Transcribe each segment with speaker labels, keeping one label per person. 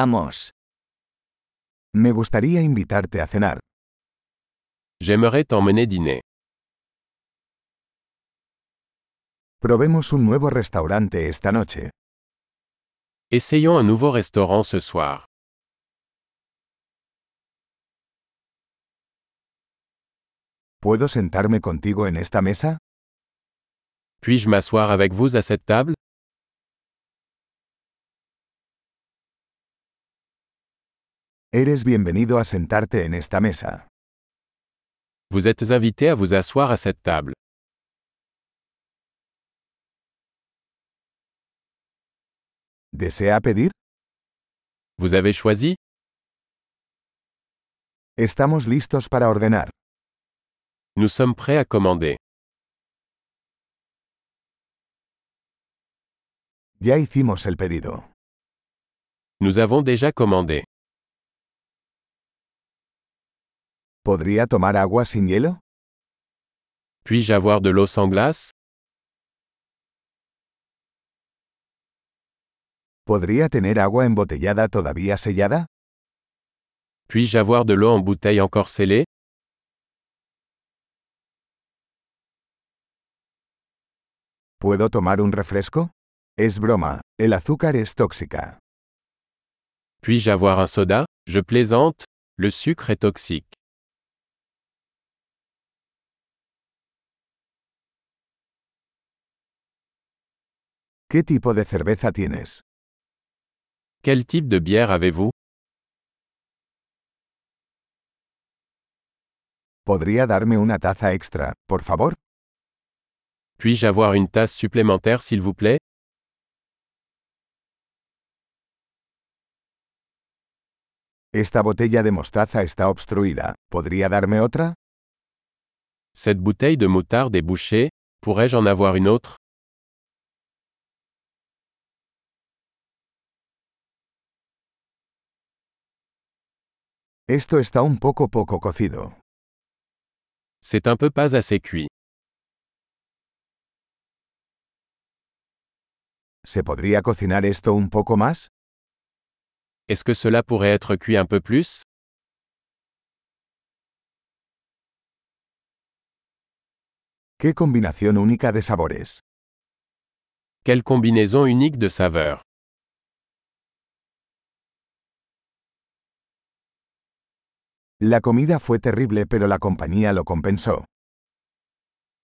Speaker 1: Vamos.
Speaker 2: Me gustaría invitarte a cenar.
Speaker 3: J'aimerais t'emmener dîner.
Speaker 2: Probemos un nuevo restaurante esta noche.
Speaker 3: Essayons un nouveau restaurant ce soir.
Speaker 2: ¿Puedo sentarme contigo en esta mesa?
Speaker 3: Puis-je m'asseoir avec vous à cette table
Speaker 2: Eres bienvenido a sentarte en esta mesa.
Speaker 3: Vous êtes invité à vous asseoir à cette table.
Speaker 2: ¿Desea pedir?
Speaker 3: Vous avez choisi
Speaker 2: Estamos listos para ordenar.
Speaker 3: Nous sommes prêts à commander.
Speaker 2: Ya hicimos el pedido.
Speaker 3: Nous avons déjà commandé.
Speaker 2: ¿Podría tomar agua sin hielo?
Speaker 3: Puis-je avoir de l'eau sans glace
Speaker 2: ¿Podría tener agua embotellada todavía sellada?
Speaker 3: Puis-je avoir de l'eau en bouteille encore scellée
Speaker 2: ¿Puedo tomar un refresco? Es broma, el azúcar es tóxica.
Speaker 3: Puis-je avoir un soda Je plaisante. Le sucre est toxique.
Speaker 2: ¿Qué tipo de cerveza tienes?
Speaker 3: Quel type de bière avez-vous
Speaker 2: ¿Podría darme una taza extra, por favor?
Speaker 3: Puis-je avoir une tasse supplémentaire s'il vous plaît
Speaker 2: Esta botella de mostaza está obstruida. ¿Podría darme otra?
Speaker 3: Cette bouteille de moutarde est bouchée. Pourrais-je en avoir une autre
Speaker 2: Esto está un poco poco cocido.
Speaker 3: C'est un peu pas assez cuit.
Speaker 2: ¿Se podría cocinar esto un poco más?
Speaker 3: Est-ce que cela pourrait être cuit un peu plus
Speaker 2: ¡Qué combinación única de sabores!
Speaker 3: Quelle combinaison unique de saveurs
Speaker 2: La comida fue terrible pero la compañía lo compensó.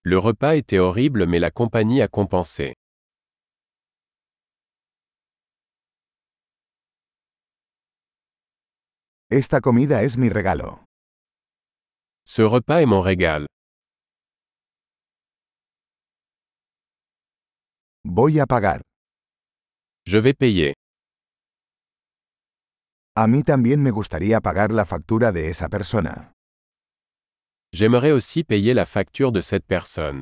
Speaker 3: Le repas était horrible mais la compagnie a compensé.
Speaker 2: Esta comida es mi regalo.
Speaker 3: Ce repas est mon régal.
Speaker 2: Voy a pagar.
Speaker 3: Je vais payer.
Speaker 2: A mí también me gustaría pagar la factura de esa persona.
Speaker 3: J'aimerais aussi payer la facture de cette personne.